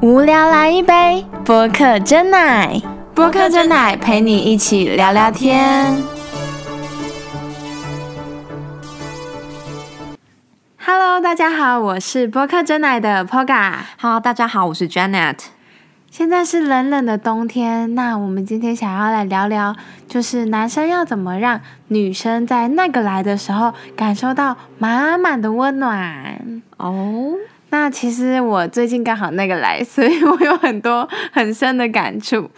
无聊来一杯播客真奶，播客真奶陪你一起聊聊天。Hello，大家好，我是播客真奶的 Poga。 Hello，大家好，我是 Janet。现在是冷冷的冬天，那我们今天想要来聊聊，就是男生要怎么让女生在那个来的时候感受到满满的温暖。哦，那其实我最近刚好那个来，所以我有很多很深的感触，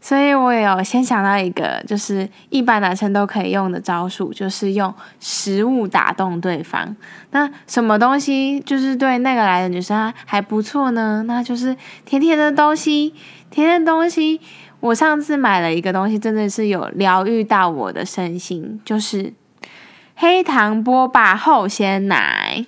所以我有先想到一个，就是一般男生都可以用的招数，就是用食物打动对方。那什么东西就是对那个来的女生啊还不错呢？那就是甜甜的东西，甜甜的东西。我上次买了一个东西，真的是有疗愈到我的身心，就是黑糖波霸厚鲜奶。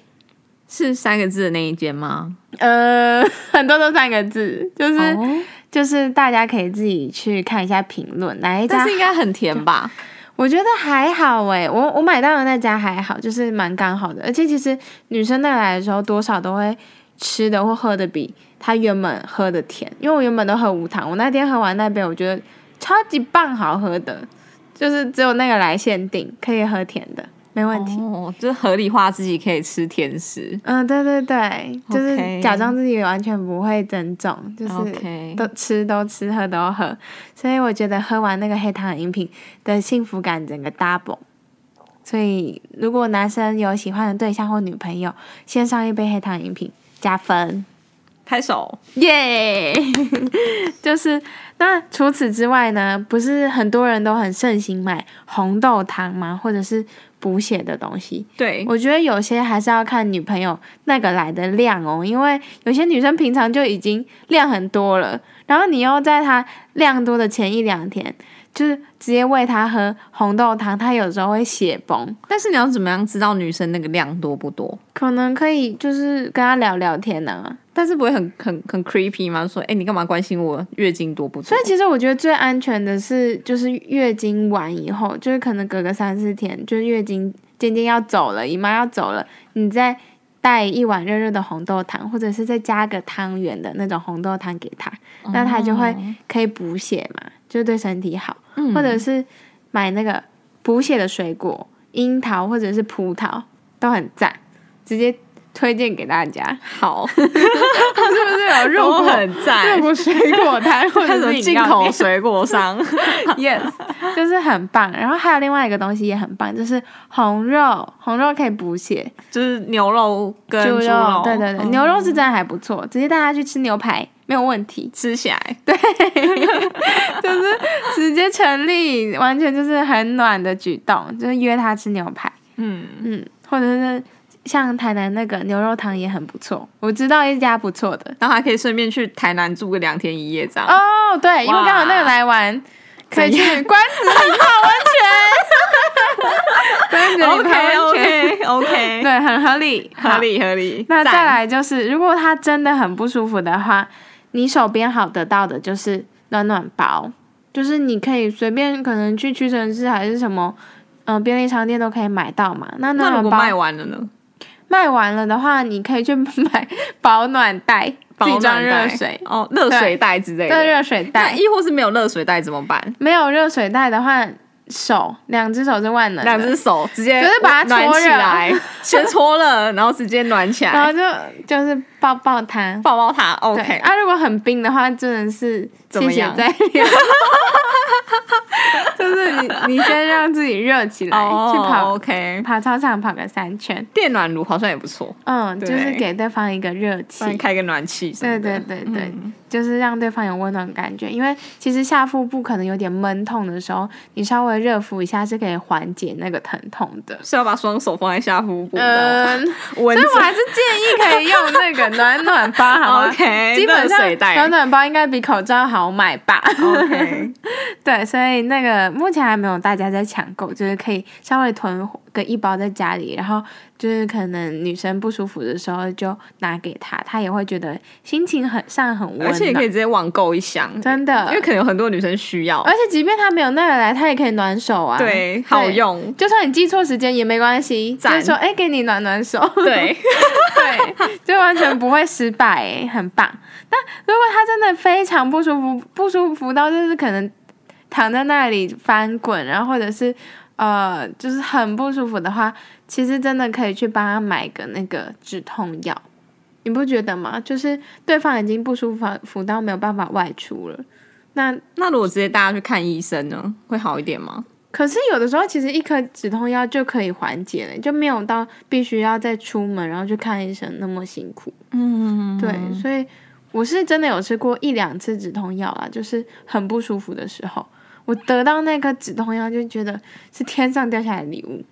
是三个字的那一间吗？呃， 很多都三个字，就是、哦，就是大家可以自己去看一下评论哪一但哎家是，应该很甜吧？我觉得还好诶、我我买到的那家还好，就是蛮刚好的，而且其实女生那来的时候多少都会吃的或喝的比她原本喝的甜，因为我原本都喝无糖，我那天喝完那杯我觉得超级棒，好喝的，就是只有那个来限定可以喝甜的，没问题。哦，就是合理化自己可以吃甜食。嗯，对对对，就是 OK 假装自己完全不会增重，就是 OK，都吃都吃，喝都喝，所以我觉得喝完那个黑糖饮品的幸福感整个 double。所以如果男生有喜欢的对象或女朋友，先上一杯黑糖饮品加分，拍手。耶、 就是那除此之外呢，不是很多人都很盛行买红豆汤吗？或者是补血的东西？对，我觉得有些还是要看女朋友那个来的量哦，因为有些女生平常就已经量很多了，然后你又在她量多的前一两天，就是直接喂她喝红豆汤，她有时候会血崩。但是你要怎么样知道女生那个量多不多？可能可以就是跟她聊聊天啊呢、但是不会很很很 creepy 吗？说，哎、你干嘛关心我月经多不多？所以其实我觉得最安全的是，就是月经完以后，就是可能隔个三四天，就是月经渐渐要走了，姨妈要走了，你再带一碗热热的红豆汤，或者是再加个汤圆的那种红豆汤给她，嗯那她就会可以补血嘛，就对身体好。嗯或者是买那个补血的水果，樱桃或者是葡萄都很赞，直接推荐给大家， 好，是不是有入肉股 很赞入。股水果摊或开者什是么饮进料口店水果 商？ yes，就是很棒。然后还有另外一个东西也很棒，就是红肉，红肉可以补血，就是牛肉跟猪猪肉，对对对，嗯牛肉是真的还不错，直接带他去吃牛排没有问题，吃起来，直接成立，完全就是很暖的举动，就是约他吃牛排，嗯，嗯，或者是像台南那个牛肉汤也很不错，我知道一家不错的然后还可以顺便去台南住个两天一夜这样。哦，对，因为哇刚好那个来玩。可以去怎关子岭泡温 泉，关子岭泡哦 OK 温泉 OK OK，对，很合理，合理合理。 好。那赞再，来就是，如果他真的很不舒服的话，你手边好得到的就是暖暖包，就是你可以随便可能去屈臣氏还是什么，嗯、便利商店都可以买到嘛。那暖那暖如包果卖完了呢？卖完了的话，你可以去 买保暖袋，自己保装暖热袋水，哦，热水袋之类对，的。热水那袋。亦或是没有热水袋怎么办？没有热水袋的话，手两只手是万能的，两只手直接就是把它暖搓起热来，先搓热，然后直接暖起然后 来，就就是抱抱它，抱抱它。对 OK，啊，如果很冰的话，真的是怎么谢谢样再聊。 就是你，你先让自己热起来，哦去跑 OK，跑操场跑个三圈，电暖炉好像也不错，嗯，就是对给对方一个热不然气，开个暖气什对么对的。对对，嗯就是让对方有温暖感觉。因为其实下腹部可能有点闷痛的时候，你稍微热敷一下是可以缓解那个疼痛的。是要把双手放在下腹部的， 嗯，温所以我还是建议可以用那个暖暖 包，好吗哦 OK，基本热上水袋 哦暖暖包应该比口罩好买吧。 OK，对，所以那个目前还没有大家在抢购，就是可以稍微囤个一包在家里，然后就是可能女生不舒服的时候就拿给她，她也会觉得心情很上很温暖。而且你可以直接网购一箱，真的嗯因为可能有很多女生需要。而且即便她没有那个来，她也可以暖手啊。对，好。 用。就算你记错时间也没关系，就赞是说哎、给你暖暖 手，对，对，就完全不会失败、哎，很棒。那如果他真的非常不舒服，不舒服到就是可能躺在那里翻滚，然后或者是呃，就是很不舒服的话，其实真的可以去帮他买个那个止痛药，你不觉得吗？就是对方已经不舒服服到没有办法外出了，那那如果直接大家去看医生呢，会好一点吗？可是有的时候，其实一颗止痛药就可以缓解了，就没有到必须要再出门然后去看医生那么辛苦。嗯，对，所以我是真的有吃过一两次止痛药啦，就是很不舒服的时候，我得到那颗止痛药就觉得是天上掉下来的礼物，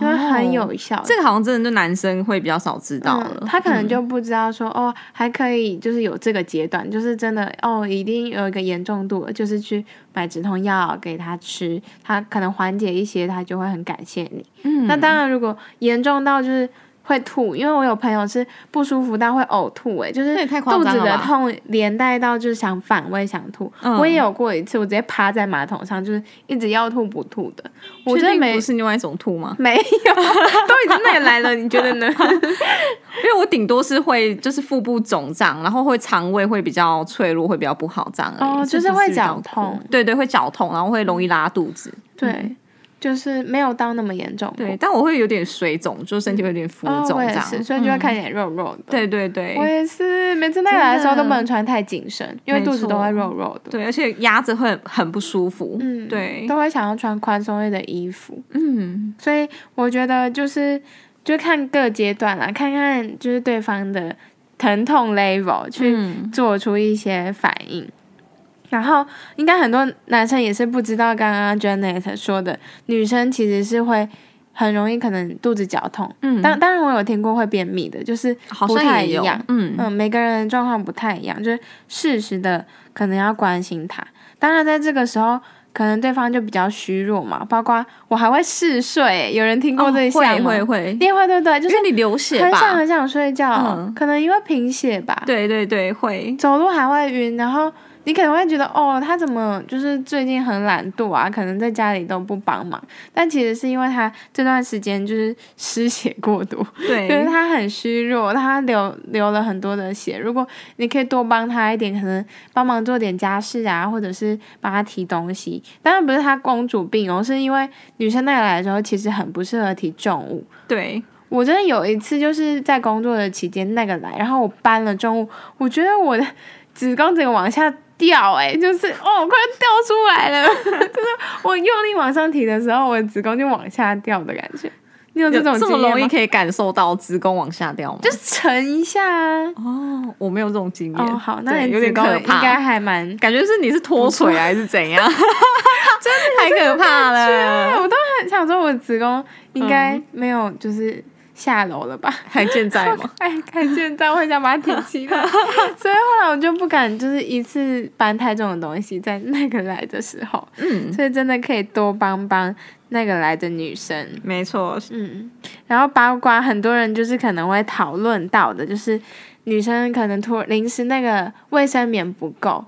因为很有效。这个好像真的就男生会比较少知道了。嗯，他可能就不知道说、哦，还可以就是有这个阶段，就是真的哦，一定有一个严重度了，就是去买止痛药给他吃，他可能缓解一些，他就会很感谢你。嗯，那当然，如果严重到就是会吐，因为我有朋友是不舒服到会呕吐、欸，就是那也太夸肚张了子的吧嗯痛连带到就是想反胃想吐。我也有过一次，我直接趴在马桶上，就是一直要吐不吐的，我确真的定没不。是另外一种吐吗？没有， 都已经那个来了，你觉得呢？因为我顶多是会就是腹部肿胀，然后会肠胃会比较脆弱，会比较不好这样而已。哦就是不会至于到绞痛吐，对对，会绞痛，然后会容易拉肚子。对，就是没有到那么严重。嗯对，但我会有点水肿，就身体会有点浮哦，肿我这也样。嗯是，所以就会看起来肉肉的。对对对，我也是，每次那来的时候都不能穿太紧身，因为没肚子都错会肉肉的。对，而且压着会很不舒服。嗯对，都会想要穿宽松一点的衣服。嗯，所以我觉得就是就看各阶段啦，看看就是对方的疼痛 level 去嗯做出一些反应。然后，应该很多男生也是不知道刚刚 Janet 说的，女生其实是会很容易可能肚子绞痛。嗯，当当然我有听过会便秘的，就是好不像太也一有样。，嗯，嗯，每个人的状况不太一样，就是适时的可能要关心他。当然，在这个时候，可能对方就比较虚弱嘛。包括我还会嗜睡，有人听过哦这一项会吗？会会，你也会对不对？就因是为你流血很想吧？很想睡觉，嗯可能因为贫血吧，对对 对，会。走路还会晕，然后你可能会觉得哦，他怎么就是最近很懒惰啊？可能在家里都不帮忙，但其实是因为他这段时间就是失血过多，可是对，他很虚弱，他流流了很多的血。如果你可以多帮他一点，可能帮忙做点家事啊，或者是帮他提东西。当然不是他公主病哦，是因为女生那个来的时候其实很不适合提重物。对，我真的有一次就是在工作的期间那个来，然后我搬了重物，我觉得我的子宫整个往下掉、欸，哎，就是哦，快掉出来 了，就是我用力往上提的时候，我的子宫就往下掉的感觉。你 有这有种这么经验容易吗？可以感受到子宫往下掉吗？就是沉一下啊。哦，我没有这种经验。哦，好，那对你有点子宫可应怕，该还蛮，感觉是你是脱垂还是怎 样？真的太可怕了，我都很想说，我子宫应该没有就是下楼了吧？还健在 吗？哎，看现在我很想把它挺 起来，所以后来我就不敢就是一次搬太重的东西在那个来的时候，嗯，所以真的可以多帮帮那个来的女生。没错，嗯，然后八卦很多人就是可能会讨论到的，就是女生可能突临时那个卫生棉不够，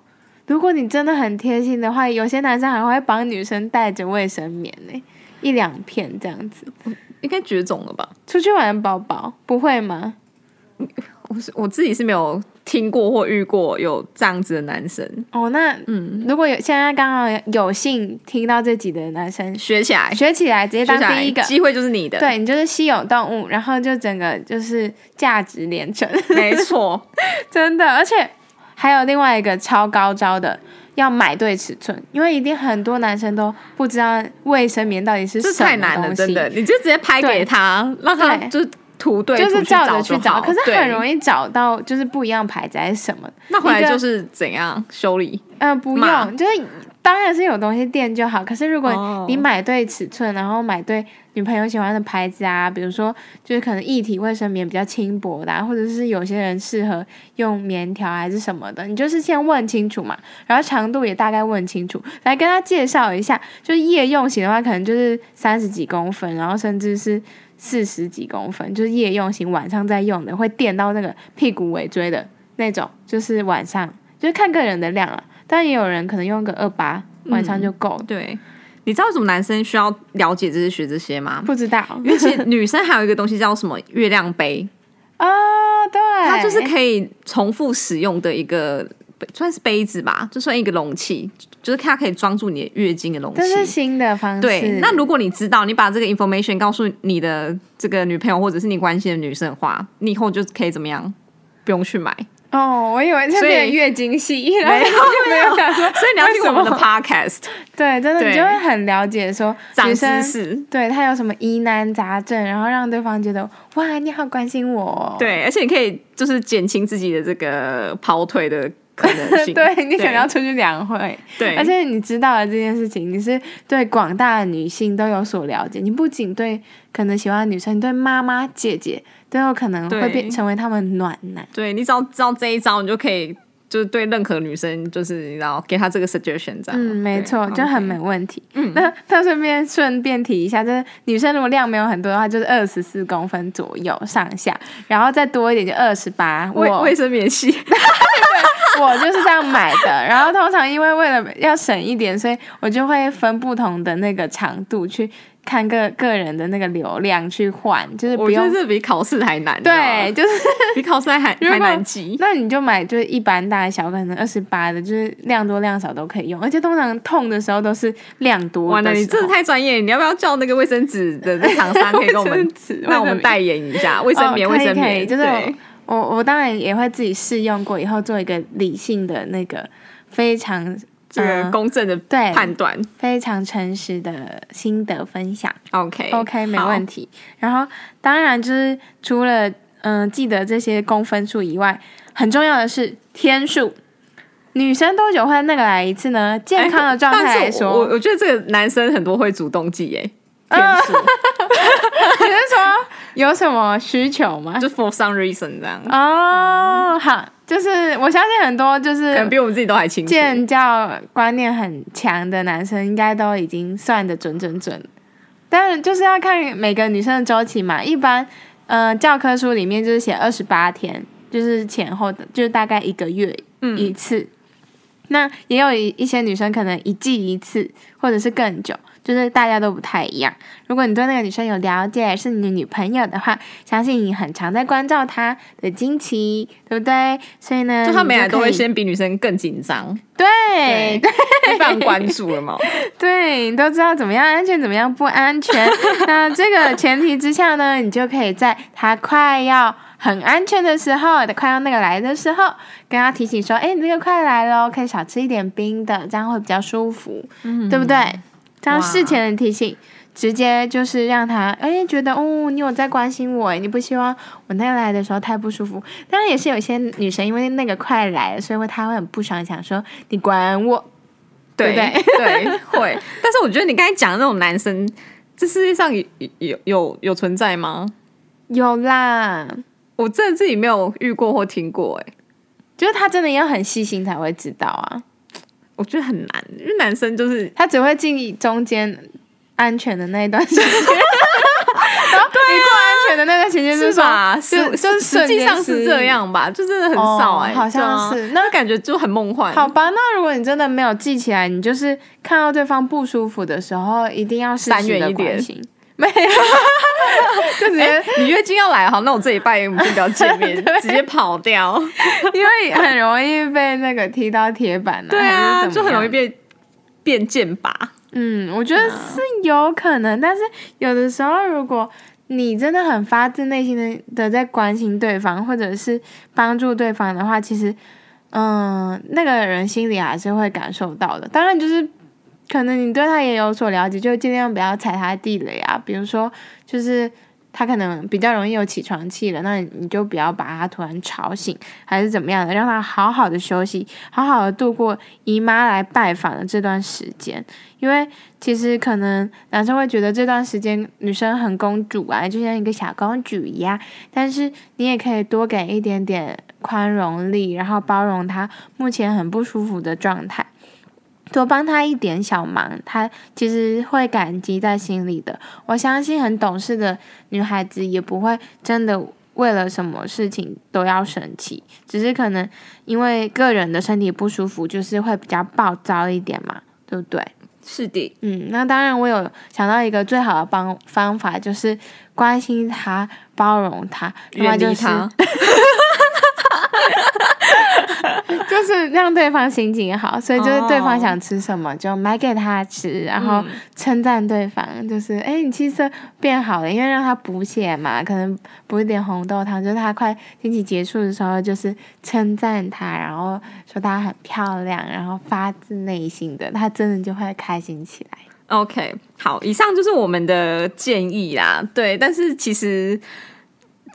如果你真的很贴心的话，有些男生还会帮女生带着卫生棉呢、一两片这样子。应该绝种了吧？出去玩的宝宝不会吗？我是我自己是没有听过或遇过有这样子的男生，哦，那嗯，如果有现在刚好有幸听到这集的男生，学起来，学起来直接当学起来第一个，机会就是你的，对你就是稀有动物，然后就整个就是价值连城。 没错，真的，而且还有另外一个超高招的，要买对尺寸，因为一定很多男生都不知道卫生棉到底是这什太么难了，东西真。的，你就直接拍给他，让他对就是图对就是图照找着去找，好可是很容易。易找到就是不一样牌子还是什么。那回来一个就是怎样修理？嗯，不骂用，就是当然是有东西垫就好。可是如哦果你买对尺寸，然后买对女朋友喜欢的牌子啊，比如说就是可能一体卫生棉比较轻薄的、啊，或者是有些人适合用棉条还是什么的，你就是先问清楚嘛，然后长度也大概问清楚，来跟他介绍一下。就是夜用型的话，可能就是三十几公分，然后甚至是。四十几公分，就是夜用型，晚上在用的，会垫到那个屁股尾椎的那种，就是晚上，就是看个人的量啊。但也有人可能用个二八，晚上就够了。对，你知道为什么男生需要了解这些学这些吗？不知道因为其实女生还有一个东西叫什么月 亮杯，啊、对，它就是可以重复使用的一个杯算是杯子吧，就算一个容器，就是它可以装住你的月经的容器。这是新的方式。对，那如果你知道，你把这个 information 告诉你的这个女朋友或者是你关心的女生的话，你以后就可以怎么样？不用去买，哦，我以为所这以变月经系，然后就没有想说，所以你要听我们的为什 podcast， 对，真的对你就会很了解说长女生知识。对她有什么疑难杂症，然后让对方觉得哇，你好关心我哦。对，而且你可以就是减轻自己的这个跑腿的可能 性。对你可能要出去两会，对，而且你知道了这件事情，你是对广大的女性都有所了解。你不仅对可能喜欢的女生，你对妈妈、姐姐都有可能会对变成为她们暖男。对你只要知道这一招，你就可以就是对任何女生，就是你知道给她这个 suggestion 这样。嗯，没对错，就很。没 OK 问题。嗯，那那顺便顺便提一下，就是女生如果量没有很多的话，就是二十四公分左右上下，然后再多一点就二十八。卫我卫生棉系， 我就是这样买的。然后通常因为为了要省一点，所以我就会分不同的那个长度去看个个人的那个流量去换，就是 不我觉用得。这比考试还难。你知道吗对，，就是 比考试还还如果。难记那你就买就是一般大小，可能二十八的，就是量多量少都可以用，而且通常痛的时候都是量多完了，的你时真的候。太专业，你要不要叫那个卫生纸的厂商可以给 我卫们生纸，让我们卫生棉代言一下卫生棉？哦卫可以生可以棉就是对我我我当然也会自己试用过以后做一个理性的那个非常这个嗯公正的对判断。非常诚实的心得分享。 OK OK，没问题。题。然后当然就是除了嗯、呃记得这些公分数以外，很重要的是天数。女生多久会那个来一次呢？健康的状态来哎但是我说，我觉得这个男生很多会主动记耶，嗯天数你是说有什么需求吗？就 for some reason 这样，哦，好，就是我相信很多就可能是比我们自己都还清楚。健教观念很强的男生，应该都已经算的准准准。当然就是要看每个女生的周期嘛，一般，呃，教科书里面就是写二十八天，就是前后的，就是大概一个月嗯一次。那也有一一些女生可能一季一次，或者是更久，就是大家都不太一样。如果你对那个女生有了解，是你的女朋友的话，相信你很常在关照她的经期，对不对？所以呢，就他每来你就都可会以先比女生更紧张，对非常关注了嘛。对，你都知道怎么样安全，怎么样不安全。那这个前提之下呢，你就可以在他快要很安全的时候，快要那个来的时候，跟他提醒说：“哎，你这个快来喽，可以少吃一点冰的，这样会比较舒服，对不对？”这样哇事前的提醒，直接就是让他哎觉得哦，你有在关心我，你不希望我那个来的时候太不舒服。当然也是有些女生因为那个快来了，所以会她会很不爽，想说你管我。对对不对会，但是我觉得你刚才讲的那种男生，这世界上有有有有存在吗？有啦，我真的自己没有遇过或听过、欸，哎，就是他真的要很细心才会知道啊，我觉得很难，因为男生就是他只会进中间安全的那一段时 间，然后你过安全的那段时间就是是说吧？啊是就就是实瞬际间上是失这忆。样吧？就真的很少哦哎、好像对啊是那就感觉就很梦幻。好吧，那如果你真的没有记起来，你就是看到对方不舒服的时候，一定要适闪时远的一点关心。没有， 就直接哎、 你月经要来好，那我这礼拜我们就不要见面， 直接跑掉。因为很容易被那个踢到铁板啊，对还啊，是怎就么很容易样变变剑拔。嗯，我觉得是有可能，但是有的时候，如果你真的很发自内心的的在关心对方，或者是帮助对方的话，其实，嗯，那个人心里还是会感受到的。当然，就是可能你对他也有所了解，就尽量不要踩他地雷啊。比如说，就是他可能比较容易有起床气了，那你你就不要把他突然吵醒，还是怎么样的，让他好好的休息，好好的度过姨妈来拜访的这段时间。因为其实可能男生会觉得这段时间女生很公主啊，就像一个小公主一样，但是你也可以多给一点点宽容力，然后包容她目前很不舒服的状态。多帮他一点小忙，他其实会感激在心里的。我相信很懂事的女孩子也不会真的为了什么事情都要生气，只是可能因为个人的身体不舒服，就是会比较暴躁一点嘛，对不对？是的，嗯，那当然，我有想到一个最好的方方法，就是关心他、包容他，另外远就离是他。 就是让对方心情好，所以就是对方哦嗯想吃什么就买给他吃，然后称赞对方，就是哎、你气色变好了，因为让他补血嘛，可能补一点红豆汤，就是他快经期结束的时候，就是称赞他，然后说她很漂亮，然后发自内心的，他真的就会开心起来。 OK，好，以上就是我们的建议啦。对，但是其实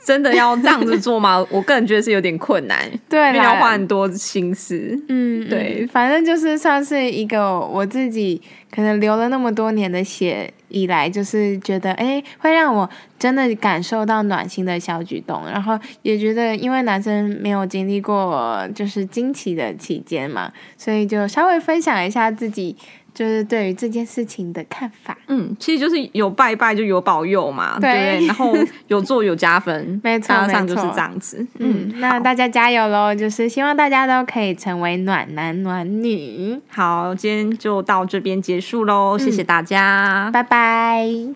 真的要这样子做吗？ 我个人觉得是有点困难，对因为要花啦，很多心思。嗯，对嗯，反正就是算是一个我自己可能流了那么多年的血以来，就是觉得哎，诶会让我真的感受到暖心的小举动，然后也觉得因为男生没有经历过就是经期的期间嘛，所以就稍微分享一下自己就是对于这件事情的看法。嗯，其实就是有拜拜就有保佑嘛，对，对不对，然后有做有加分 没错大致上就是没错这样子。嗯，嗯，那大家加油喽！就是希望大家都可以成为暖男暖女，好，今天就到这边结束喽，谢谢大家，拜拜。